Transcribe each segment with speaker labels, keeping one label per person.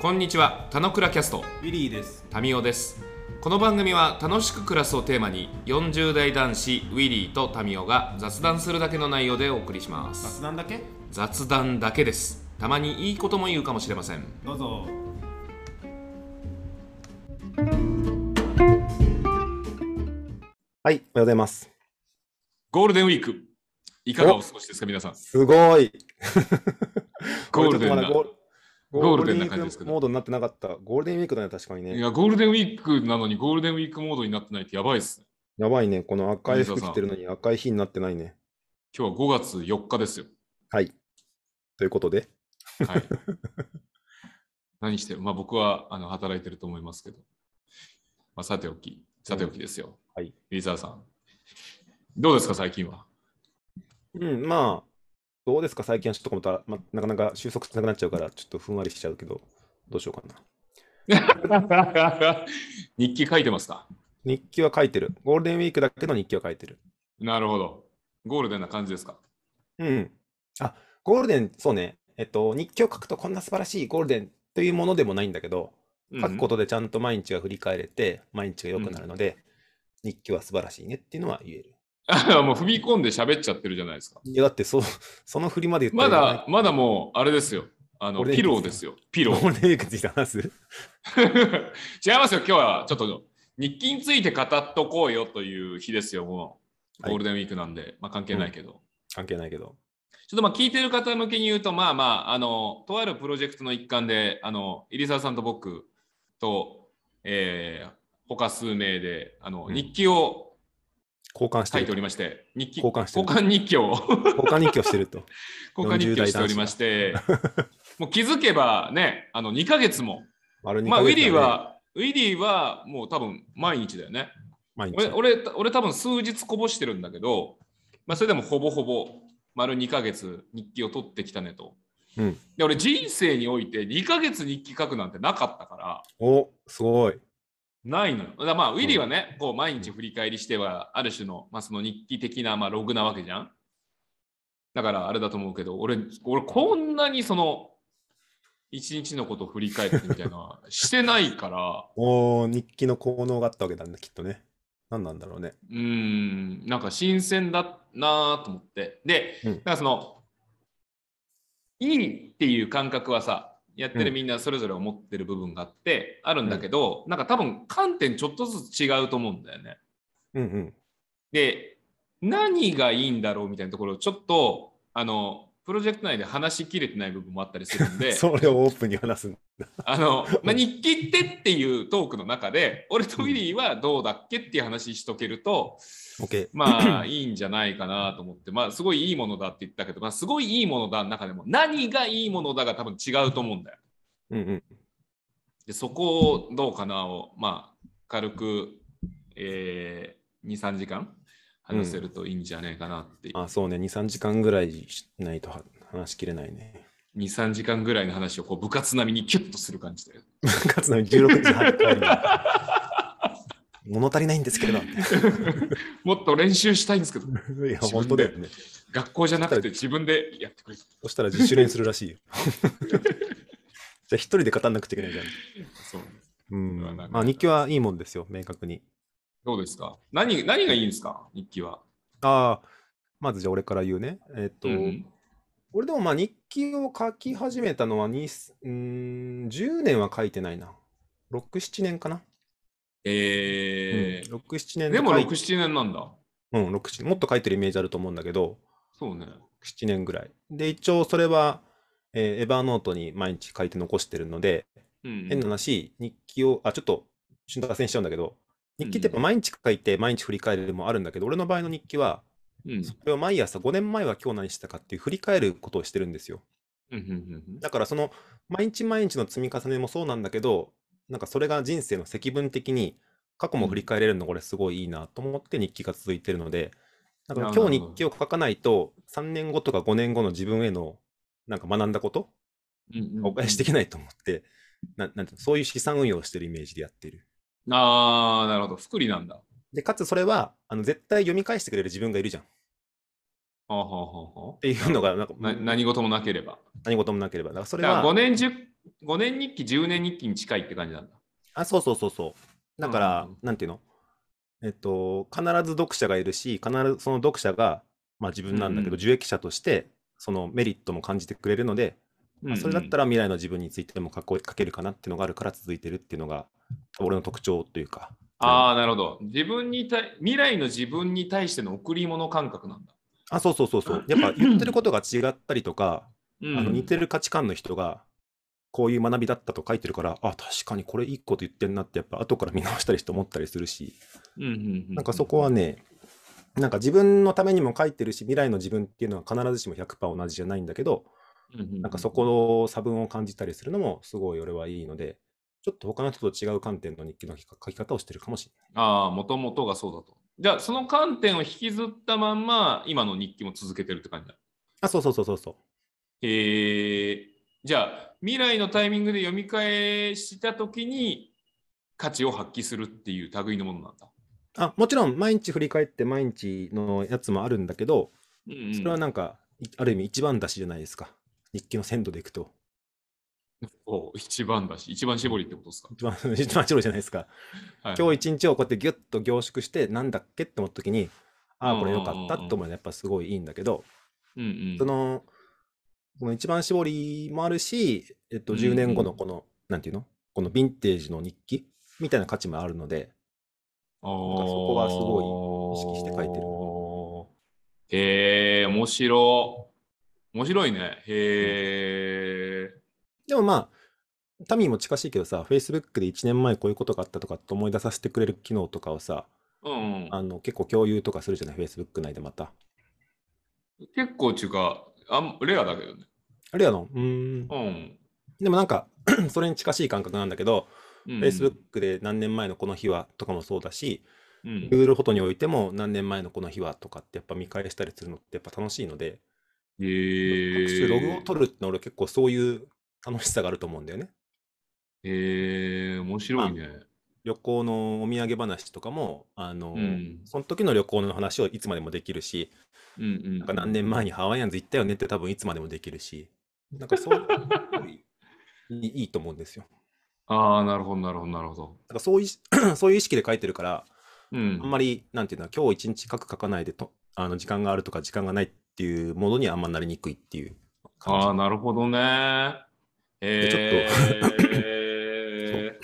Speaker 1: こんにちは、たのくらキャスト、
Speaker 2: ウィリーです。
Speaker 1: タミオです。この番組は楽しく暮らすをテーマに、40代男子ウィリーとタミオが雑談するだけの内容でお送りします。
Speaker 2: 雑談だけ
Speaker 1: 雑談だけです。たまにいいことも言うかもしれません。
Speaker 2: どうぞ。
Speaker 3: はい、おはようございます。
Speaker 1: ゴールデンウィーク、いかがお過ごしですか、皆さん。
Speaker 3: すごい。
Speaker 1: ゴールデン
Speaker 3: 俺ちょ
Speaker 1: な
Speaker 3: っとまだ
Speaker 1: ゴ
Speaker 3: ゴ
Speaker 1: ー
Speaker 3: ー
Speaker 1: ル
Speaker 3: ル
Speaker 1: デ
Speaker 3: デン
Speaker 1: ンな
Speaker 3: ウィ
Speaker 1: 感じで
Speaker 3: ー
Speaker 1: すけ
Speaker 3: ク
Speaker 1: ど
Speaker 3: モードになってなかった。ゴールデンウィークだね、確かに
Speaker 1: い
Speaker 3: ね。
Speaker 1: や、ゴールデンウィークなのにゴールデンウィークモードになってないってやばいですね。
Speaker 3: やばいね、この赤い
Speaker 1: 藤
Speaker 3: 服
Speaker 1: 沢さん
Speaker 3: 着てるのに赤い日になってないね。
Speaker 1: 今日は5月4日ですよ。
Speaker 3: はい。ということで、
Speaker 1: はい。 何してるまあ僕はあの働いてると思いますけど。まあさておき、さておきですよ。
Speaker 3: うんはい。
Speaker 1: リザーさん。どうですか、最近は。
Speaker 3: うん、まあ、どうですか、最近はちょっとまた、まなかなか収束しなくなっちゃうから、ちょっとふんわりしちゃうけど、どうしようかな。
Speaker 1: 日記書いてますか
Speaker 3: 日記は書いてる。ゴールデンウィークだけの日記は書いてる。
Speaker 1: なるほど。ゴールデンな感じですか
Speaker 3: うん。あ、ゴールデン、そうね。えっと、日記を書くとこんな素晴らしいゴールデンというものでもないんだけど、書くことでちゃんと毎日が振り返れて、毎日が良くなるので、日記は素晴らしいねっていうのは言える。
Speaker 1: うんもう踏み込んで喋っちゃってるじゃないですか。
Speaker 3: いや、だってそう、 その振りまで言
Speaker 1: ま
Speaker 3: ったら
Speaker 1: だ、まだもう、あれですよ。あの、
Speaker 3: 俺
Speaker 1: ピローですよ。ピロ
Speaker 3: ゴ
Speaker 1: ー。
Speaker 3: ールデンウィークについて話す
Speaker 1: 違いますよ。今日はちょっと日記について語っとこうよという日ですよ。もう、
Speaker 3: はい
Speaker 1: ゴールデンウィークなんで、まあ関係ないけど。
Speaker 3: 関係ないけど。
Speaker 1: ちょっとまあ聞いてる方向けに言うと、まあまあ、あの、とあるプロジェクトの一環で、あの、入澤さんと僕と、えー、他数名で、あの、
Speaker 3: うん
Speaker 1: 日記を
Speaker 3: 交換して
Speaker 1: 書い
Speaker 3: る
Speaker 1: て
Speaker 3: と
Speaker 1: おりまして、日記、
Speaker 3: 交換してる
Speaker 1: 日記を、
Speaker 3: 交換日記をしてると。
Speaker 1: 交換日記をしておりまして、もう気づけばね、あの、2ヶ月も、
Speaker 3: 丸2
Speaker 1: まあ、ウ
Speaker 3: ヶ
Speaker 1: ィ
Speaker 3: 月だ
Speaker 1: リー
Speaker 3: ね
Speaker 1: は、ウィリーはもう多分毎日だよね。
Speaker 3: 毎日
Speaker 1: 俺、俺、俺多分数日こぼしてるんだけど、まあ、それでもほぼほぼ丸2ヶ月日記を取ってきたねと。
Speaker 3: うん
Speaker 1: で俺人生において2ヶ月日記書くなんてなかったから
Speaker 3: お、すごい。
Speaker 1: ないのよ。だからまあウィリーはね、こう毎日振り返りしてはある種の,、まあその日記的なまあログなわけじゃん。だからあれだと思うけど俺俺こんなにその一日のことを振り返ってみたいなのはしてないから。
Speaker 3: おー日記の効能があったわけだね、きっとね。何なんだろうね。
Speaker 1: うーん、なんか新鮮だなと思って。で、
Speaker 3: うん
Speaker 1: なんかその、いいっていう感覚はさ、やってるみんなそれぞれ思ってる部分があって、あるんだけど、なんか多分観点ちょっとずつ違うと思うんだよね。
Speaker 3: うんうん。
Speaker 1: で、何がいいんだろうみたいなところをちょっと、あの、プロジェクト内で話しきれてない部分もあったりするん で、
Speaker 3: それをオープンに話す。
Speaker 1: あの、まあ、日記ってっていうトークの中で、俺とウィリーはどうだっけっていう話しとけると、
Speaker 3: OK。
Speaker 1: まあいいんじゃないかなと思って、まあすごいいいものだって言ったけど、まあすごいいいものだの中でも、何がいいものだが多分違うと思うんだよ。
Speaker 3: うんうん。
Speaker 1: で、そこをどうかなを、まあ軽く、えー、2、3時間話せるといいんじゃないかなっていう、
Speaker 3: あ、そうね。2、3時間ぐらいしないとは話しきれないね。
Speaker 1: 2、3時間ぐらいの話をこう部活並みにキュッとする感じだよ。
Speaker 3: かつの16時半帰る。 物足りないんですけど。い
Speaker 1: もっと練習したいんですけど、
Speaker 3: や、本当だよね。
Speaker 1: 学校じゃなくて自分でやってくれと。
Speaker 3: そしたら自主練するら しいよ。じゃあ一人で語んなくちゃいけないじゃん。
Speaker 1: そう
Speaker 3: う
Speaker 1: うわなん
Speaker 3: ん
Speaker 1: か。
Speaker 3: まあ日記はいいもんですよ、明確に。
Speaker 1: どうですか何何がいいんですか日記は。
Speaker 3: ああ、まずじゃあ俺から言うね。えっと、
Speaker 1: うん
Speaker 3: 俺でもまあ日記を書き始めたのはに、うーん、10年は書いてないな。6、7年かな。うん、
Speaker 1: え
Speaker 3: 6、
Speaker 1: ー
Speaker 3: 7年
Speaker 1: でも
Speaker 3: 書い
Speaker 1: 6、7年なんだ。
Speaker 3: うん、6、7もっと書いてるイメージあると思うんだけど、
Speaker 1: そうね。
Speaker 3: 7年ぐらい。で、一応それは、えーエヴァーノートに毎日書いて残してるので、
Speaker 1: うん
Speaker 3: 変な話、日記を、あ、ちょっと、瞬間脱線しちゃうんだけど、日記ってやっぱ毎日書いて、毎日振り返るもあるんだけど、俺の場合の日記は、
Speaker 1: うん
Speaker 3: それを毎朝5年前は今日何してたかっていう振り返ることをしてるんですよ。
Speaker 1: うんうんうん
Speaker 3: だからその、毎日毎日の積み重ねもそうなんだけど、なんかそれが人生の積分的に、過去も振り返れるのこれすごいいいなと思って日記が続いてるので、だから今日日記を書かないと、3年後とか5年後の自分への、なんか学んだこと
Speaker 1: うんうん
Speaker 3: お返しできないと思って、ななんていうのそういう資産運用をしてるイメージでやってる。
Speaker 1: ああ、なるほど。福利なんだ。
Speaker 3: で、かつそれは、あの絶対読み返してくれる自分がいるじゃん。
Speaker 1: あはあはあはあは
Speaker 3: ていうのがなんか
Speaker 1: あな何事もなければ。
Speaker 3: 何事もなければだからそ
Speaker 1: だ
Speaker 3: れ
Speaker 1: から
Speaker 3: は
Speaker 1: 5年 ,10 5年日記、10年日記に近いって感じなんだ。
Speaker 3: あそうそうそうそうだから、
Speaker 1: うん
Speaker 3: なんていうのえっと必ず読者がいるし必ずその読者が、まあ、自分なんだけ
Speaker 1: うん
Speaker 3: ど
Speaker 1: う
Speaker 3: 受益者としてそのメリットも感じてくれるので、まあそれだった
Speaker 1: ら。
Speaker 3: ら未来の自分についても書こ書けるかなっていうのがあるから続いてるっていうのが俺の特徴というか
Speaker 1: ああ、なるほど。自分に対未来の自分に対しての贈り物感覚なんだ。
Speaker 3: あそうそうそうそうやっぱ言ってることが違ったりとか、
Speaker 1: うん
Speaker 3: あの似てる価値観の人がこういう学びだったと書いてるからあ確かにこれいいこと言ってんなってやっぱ後から見直したりして思ったりするし
Speaker 1: うんうんうん、
Speaker 3: なんかそこはねなんか自分のためにも書いてるし未来の自分っていうのは必ずしも100%同じじゃないんだけど
Speaker 1: うんうんうん、
Speaker 3: なんかそこの差分を感じたりするのもすごい俺はいいのでちょっと他の人と違う観点の日記の書き方をしてるかもしれない。
Speaker 1: ああ、もともとがそうだと。じゃあ、その観点を引きずったまんま、今の日記も続けてるって感じだ。
Speaker 3: あそうそうそうそうそう
Speaker 1: へえ。じゃあ、未来のタイミングで読み返したときに、価値を発揮するっていう類のものなんだ。
Speaker 3: あもちろん毎日振り返って毎日のやつもあるんだけど
Speaker 1: うんうん
Speaker 3: それはなんか、いある意味一番出しじゃないですか日記の鮮度でいくと
Speaker 1: おう一番だし、一番絞りってことですか。
Speaker 3: 一番一番白いじゃないですか
Speaker 1: はい
Speaker 3: 今日一日をこうやってギュッと凝縮してなんだっけって思った時にあ
Speaker 1: う
Speaker 3: あ
Speaker 1: ん
Speaker 3: これ良かったって思うのはやっぱすごいいいんだけど
Speaker 1: うんうん、
Speaker 3: そのこの一番絞りもあるし、えっと、
Speaker 1: うん
Speaker 3: 10年後のこのなんていうのこのヴィンテージの日記みたいな価値もあるのでなんかそこはすごい意識して書いてる
Speaker 1: る。へえ、面白。面白いね。へえ。
Speaker 3: でもまあタミーも近しいけどさ Facebook で1年前こういうことがあったとかって思い出させてくれる機能とかをさ
Speaker 1: うんうん、
Speaker 3: あの結構共有とかするじゃない Facebook 内でまた
Speaker 1: 結構ちゅうか、あんレアだけどね。
Speaker 3: あるいはのうーん
Speaker 1: うん。
Speaker 3: でもなんか それに近しい感覚なんだけど、
Speaker 1: うん
Speaker 3: Facebook で何年前のこの日はとかもそうだし、
Speaker 1: うん
Speaker 3: Google フォトにおいても何年前のこの日はとかってやっぱ見返したりするのってやっぱ楽しいので、各
Speaker 1: へ
Speaker 3: 種
Speaker 1: え。
Speaker 3: ログを取るってのは俺結構そういう楽しさがあると思うんだよね。
Speaker 1: へえ、面白いね。
Speaker 3: 旅行のお土産話とかも、あの、
Speaker 1: うん
Speaker 3: その時の旅行の話をいつまでもできるし、
Speaker 1: うんうん。
Speaker 3: なんか何年前にハワイアンズ行ったよねって多分いつまでもできる し、なんかそういうのがすごいいいいいと思うんですよ。
Speaker 1: ああ、なるほど、なるほど、なるほど。
Speaker 3: なんかそういうそういう意 識で書いてるから、
Speaker 1: うん
Speaker 3: あんまり、なんていうの、今日一日書く書かないでと、あの時間があるとか時間がないっていうものにはあんまなりにくいっていう感じ。
Speaker 1: ああ、なるほどね。
Speaker 3: でちょっと
Speaker 1: え え。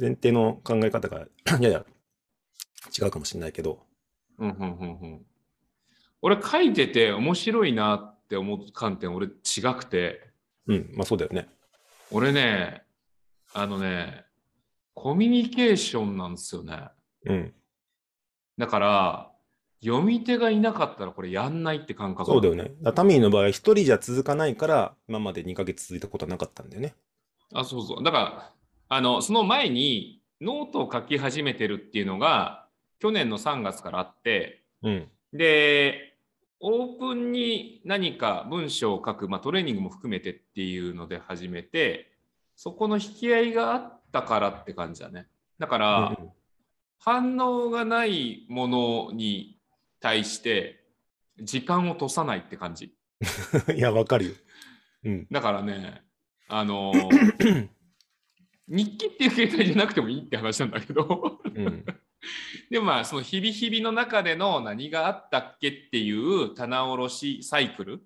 Speaker 3: 前提の考え方が やや違うかもしれないけど、
Speaker 1: うんうんうんうん。俺書いてて面白いなって思う観点俺違くて、
Speaker 3: うん、まあそうだよね。
Speaker 1: 俺ね、あのね、コミュニケーションなんですよね。
Speaker 3: うん、
Speaker 1: だから、読み手がいなかったらこれやんないって感覚
Speaker 3: そうだよね。だからタミーの場合、一人じゃ続かないから、今まで2ヶ月続いたことはなかったんだよね。
Speaker 1: あ、そうそう。だから、あの、その前にノートを書き始めてるっていうのが、去年の3月からあって、
Speaker 3: うん、
Speaker 1: で、オープンに何か文章を書く、まあ、トレーニングも含めてっていうので始めて、そこの引き合いがあったからって感じだね。だから、
Speaker 3: うん
Speaker 1: 反応がないものに対して、時間をとさないって感じ。
Speaker 3: うん いや、わかるよ。うん、
Speaker 1: だからね、あのー日記っていう形態じゃなくてもいいって話なんだけど、
Speaker 3: うん、
Speaker 1: でもまあ、その日々日々の中での何があったっけっていう棚卸しサイクル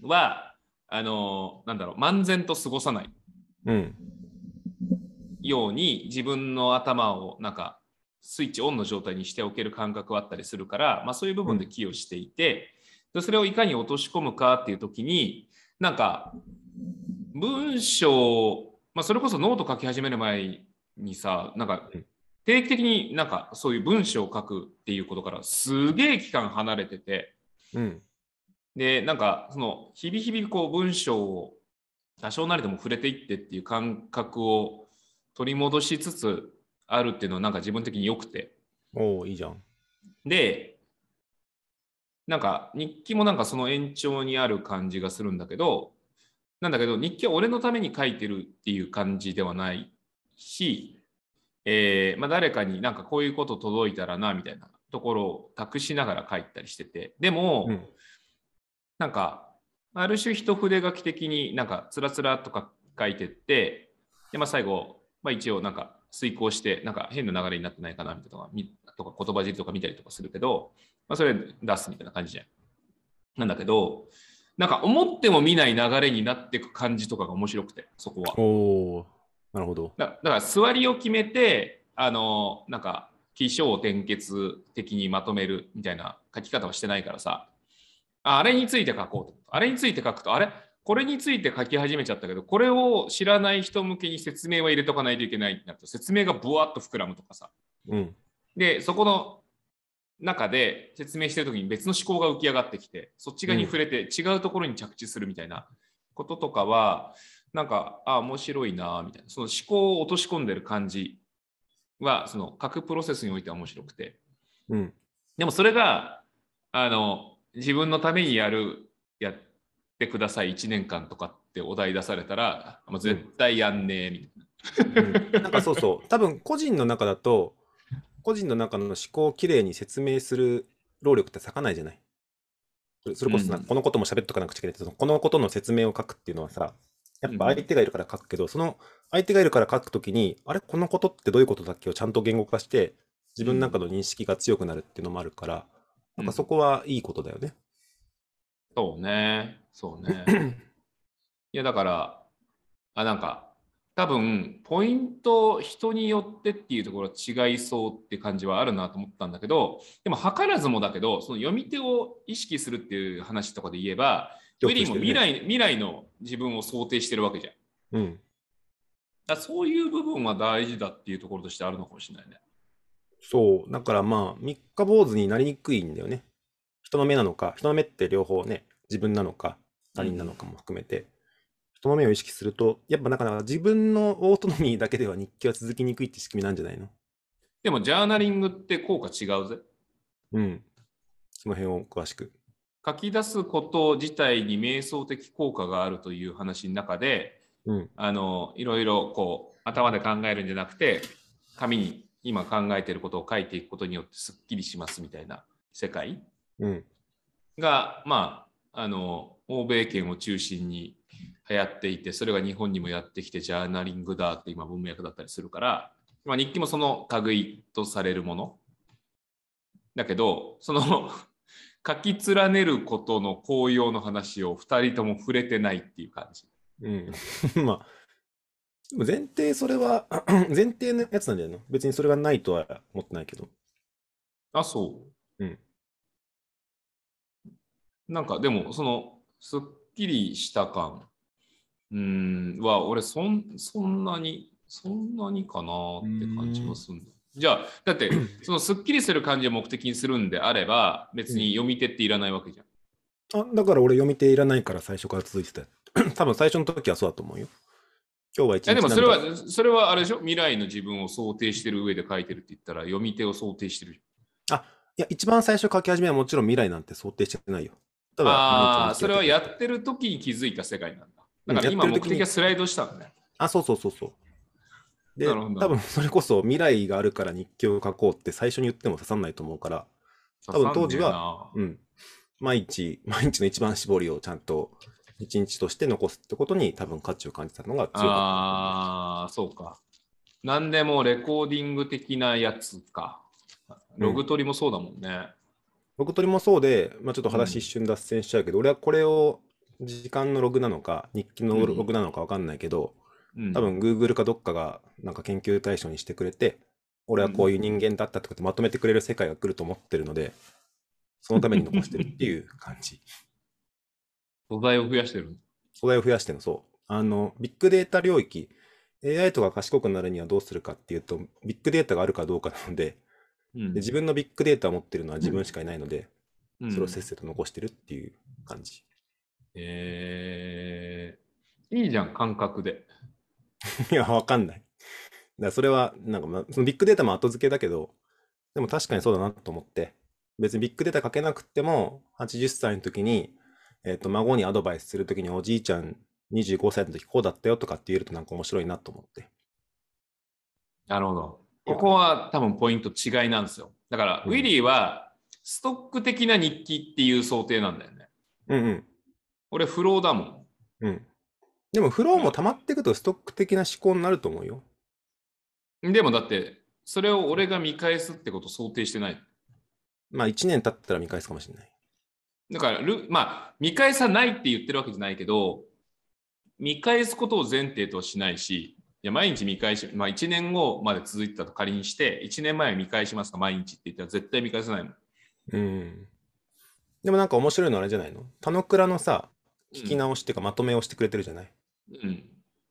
Speaker 1: は、あのーなんだろう、漫然と過ごさない
Speaker 3: うん、
Speaker 1: ように自分の頭をなんかスイッチオンの状態にしておける感覚はあったりするから、まあ、そういう部分で寄与していて、でそれをいかに落とし込むかっていう時になんか文章、まあ、それこそノート書き始める前にさなんか
Speaker 3: うん
Speaker 1: 定期的になんかそういう文章を書くっていうことからすげえ期間離れてて。
Speaker 3: うん、
Speaker 1: でなんかその日々日々こう文章を多少なりとも触れていってっていう感覚を取り戻しつつあるっていうのはなんか自分的に良くて
Speaker 3: おおいいじゃん。
Speaker 1: でなんか日記もなんかその延長にある感じがするんだけどなんだけど日記は俺のために書いてるっていう感じではないし、えーまあ、誰かになんかこういうこと届いたらなみたいなところを託しながら書いたりしててでも、
Speaker 3: うん
Speaker 1: なんかある種一筆書き的になんかつらつらとか書いてってで、まあ、最後、まあ、一応なんか遂行してなんか変な流れになってないかなみたいなのがみとか言葉尻とか見たりとかするけど、まあ、それ出すみたいな感じじゃん。なんだけどなんか思っても見ない流れになってく感じとかが面白くてそこは。
Speaker 3: おおなるほど。
Speaker 1: だだから座りを決めてあのなんか起承転結的にまとめるみたいな書き方はしてないからさああれについて書こうとあれについて書くとあれこれについて書き始めちゃったけどこれを知らない人向けに説明は入れとかないといけないってなると説明がブワッと膨らむとかさ
Speaker 3: うん。
Speaker 1: でそこの中で説明してる時に別の思考が浮き上がってきてそっち側に触れて違うところに着地するみたいなこととかは、なんかあ面白いなみたいなその思考を落とし込んでる感じはその各プロセスにおいては面白くて
Speaker 3: うん。
Speaker 1: でもそれがあの自分のためにやるやってください1年間とかってお題出されたらもう絶対やんねえみたい
Speaker 3: う
Speaker 1: な。
Speaker 3: んなんかそうそう、多分個人の中だと、個人の中の思考をきれいに説明する労力って割かないじゃない。それそれこそな
Speaker 1: うん
Speaker 3: このことも喋っとかなくちゃいけないけど、このことの説明を書くっていうのはさ、やっぱ相手がいるから書くけど、その相手がいるから書くときに、あれ、このことってどういうことだっけをちゃんと言語化して、自分の中の認識が強くなるっていうのもあるから、なんかそこはいいことだよね。
Speaker 1: そうね、そうね。いや、だから、あ、なんか、多分、ポイント、人によってっていうところは違いそうって感じはあるなと思ったんだけど、でも、図らずもだけど、その読み手を意識するっていう話とかで言えば、ウィリーも未来未来の自分を想定してるわけじゃ
Speaker 3: う
Speaker 1: ん。
Speaker 3: ん。
Speaker 1: だからそういう部分は大事だっていうところとしてあるのかもしれないね。
Speaker 3: そう、だからまあ、三日坊主になりにくいんだよね。人の目なのか、人の目って両方ね、自分なのか、他人なのかも含めて、人の目を意識すると、やっぱなかなか自分のオートノミーだけでは日記は続きにくいって仕組みなんじゃないの
Speaker 1: でも、ジャーナリングって効果違うぜ。
Speaker 3: うん。その辺を詳しく。
Speaker 1: 書き出すこと自体に瞑想的効果があるという話の中で、
Speaker 3: うん。
Speaker 1: あのいろいろこう頭で考えるんじゃなくて紙に今考えてることを書いていくことによってすっきりしますみたいな世界
Speaker 3: うん。
Speaker 1: がまああの欧米圏を中心に流行っていてそれが日本にもやってきてジャーナリングだって今文脈だったりするから、まあ、日記もその類とされるものだけどその書き連ねることの効用の話を2人とも触れてないっていう感じ。
Speaker 3: うん。 まあ、でも前提それは、 前提のやつなんじゃないの別にそれがないとは思ってないけど。
Speaker 1: あ、そう。
Speaker 3: うん。
Speaker 1: なんかでも、その、すっきりした感うーんは、俺そん、そんなに、そんなにかなーって感じがするんだ。じゃあ、だって、そのすっきりする感じを目的にするんであれば、別に読み手っていらないわけじゃん。
Speaker 3: あ、だから俺読み手いらないから最初から続いてたよ。 多分最初の時はそうだと思うよ。今日は一
Speaker 1: いやでもそれ
Speaker 3: なんか
Speaker 1: は、それはあれでしょ未来の自分を想定してる上で書いてるって言ったら、読み手を想定してるじ
Speaker 3: いや、一番最初書き始めはもちろん未来なんて想定してないよ。た
Speaker 1: ゃん。
Speaker 3: だ、
Speaker 1: ああー、
Speaker 3: 毎日
Speaker 1: そ
Speaker 3: 日
Speaker 1: れ
Speaker 3: 記
Speaker 1: は
Speaker 3: を
Speaker 1: やってる時に気づいた世界なんだ。だから
Speaker 3: うん
Speaker 1: 今
Speaker 3: やって
Speaker 1: 目
Speaker 3: る時に
Speaker 1: 的がスライドしたのね。
Speaker 3: あ、そうそうそうそう。で、
Speaker 1: なるほど
Speaker 3: 多分それこそ未来があるから日記を書こうって最初に言っても刺さんないと思うから、多分当時はうん。毎日、毎日の一番絞りをちゃんと一日として残すってことに多分価値を感じたのが強かった。
Speaker 1: ああー、そうか。なんでもレコーディング的なやつか。ログ取りもそうだもんね。
Speaker 3: 僕取りもそうで、まあ、ちょっと話一瞬脱線しちゃうけど、俺はこれを時間のログなのか、日記のログなのか分かんないけど、
Speaker 1: うん、
Speaker 3: 多分 Google かどっかがなんか研究対象にしてくれて、俺はこういう人間だったってことまとめてくれる世界が来ると思ってるので、そのために残してるっていう感 じ。
Speaker 1: 素材を増やしてる。
Speaker 3: 素材を増やしての、そう。あの、ビッグデータ領域、AI とか賢くなるにはどうするかっていうと、ビッグデータがあるかどうかなので、
Speaker 1: うん
Speaker 3: で自分のビッグデータを持ってるのは自分しかいないので、
Speaker 1: うん
Speaker 3: それをせっせと残してるっていう感じ。
Speaker 1: えーいいじゃん、感覚で。
Speaker 3: いや、わかんない。だからそれは、なんか、まあ、そのビッグデータも後付けだけど、でも確かにそうだなと思って、別にビッグデータかけなくても、80歳の時に、えっ、と、孫にアドバイスする時に、おじいちゃん25歳の時こうだったよとかって言えるとなんか面白いなと思って。
Speaker 1: なるほど。ここは多分ポイント違いなんですよ。だから、
Speaker 3: うん
Speaker 1: ウィリーはストック的な日記っていう想定なんだよね。
Speaker 3: うんうん。
Speaker 1: 俺、フローだもん。
Speaker 3: うん。でもフローも溜まっていくとストック的な思考になると思うよ。
Speaker 1: でもだって、それを俺が見返すってこと想定してない。
Speaker 3: まあ1年経ったら見返すかもしれない。
Speaker 1: だからル、まあ、見返さないって言ってるわけじゃないけど、見返すことを前提とはしないし、いや毎日見返し、まあ、1年後まで続いてたと仮にして、1年前見返しますか、毎日って言ったら絶対見返さないもん。
Speaker 3: うん。でもなんか面白いのあれじゃないの田野倉のさ、聞き
Speaker 1: な、
Speaker 3: 直しっていうかまとめをしてくれてるじゃない、
Speaker 1: うん。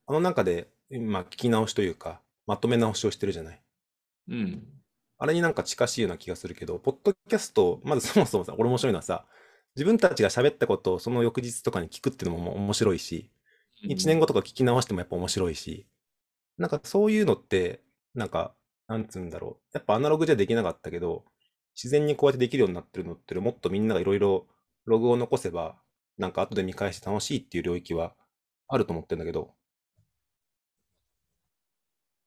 Speaker 3: あの中で、まあ聞き直しというか、まとめ直しをしてるじゃない
Speaker 1: うん。
Speaker 3: あれになんか近しいような気がするけど、ポッドキャスト、まずそもそもさ、俺面白いのはさ、自分たちが喋ったことをその翌日とかに聞くっていうのも面白いし、1年後とか聞き直してもやっぱ面白いし、なんかそういうのって、なんか、なんつうんだろう。やっぱアナログじゃできなかったけど、自然にこうやってできるようになってるのって、もっとみんながいろいろログを残せば、なんか後で見返して楽しいっていう領域はあると思ってんだけど、っ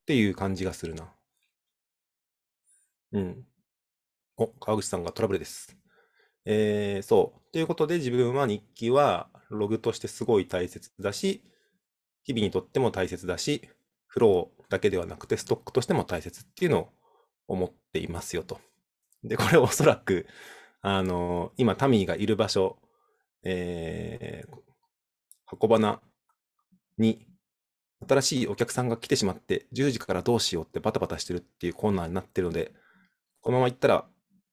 Speaker 3: ていう感じがするな。うん。お、川口さんがトラブルです。えー、そう。ということで自分は日記はログとしてすごい大切だし、日々にとっても大切だし、フローだけではなくてストックとしても大切っていうのを思っていますよと。で、これおそらく、あの今タミーがいる場所、えー、箱花に新しいお客さんが来てしまって、10時からどうしようってバタバタしてるっていうコーナーになってるので、このまま行ったら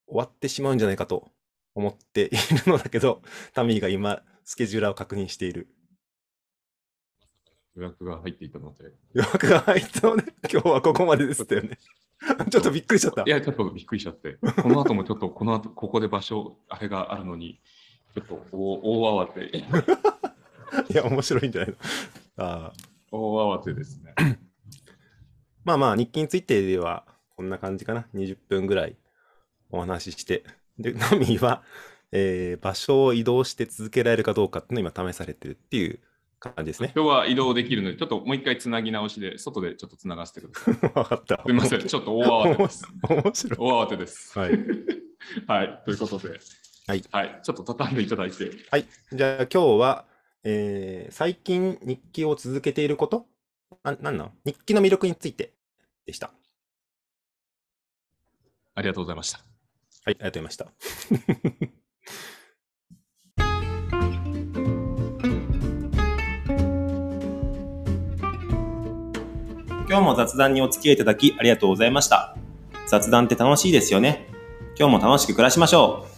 Speaker 3: 終わってしまうんじゃないかと思っているのだけど、タミーが今、スケジューラーを確認している。
Speaker 1: 予約が入っていたので。
Speaker 3: 予約が入ったので、 今日はここまでですってよね。 ちょっとびっくりしちゃった
Speaker 1: い。や、ちょっとびっくりしちゃって。この後もちょっと、この後、ここで場所、あれがあるのに、ちょっと大大慌 て、
Speaker 3: いや、面白いんじゃないの あー
Speaker 1: 大慌てですね。。
Speaker 3: まあまあ、日記についてでは、こんな感じかな。20分ぐらいお話しして。で、ナミは、えー場所を移動して続けられるかどうかっていうのを今試されてるっていう感じですね
Speaker 1: 今日は移動できるので、ちょっともう一回つなぎ直しで、外でちょっとつながせてください。
Speaker 3: わかった。
Speaker 1: すみ ません、ちょっと大慌てです。
Speaker 3: 面白い。
Speaker 1: 大慌てです。
Speaker 3: はい。
Speaker 1: はい、ということで、
Speaker 3: はい
Speaker 1: ちょっと畳んでいただいて、
Speaker 3: はい。じゃあ今日は、えー最近日記を続けていることあ、なんなの日記の魅力についてでした。
Speaker 1: ありがとうございました。
Speaker 3: はい、ありがとうございました。 今日も雑談にお付き合いいただきありがとうございました。雑談って楽しいですよね。今日も楽しく暮らしましょう。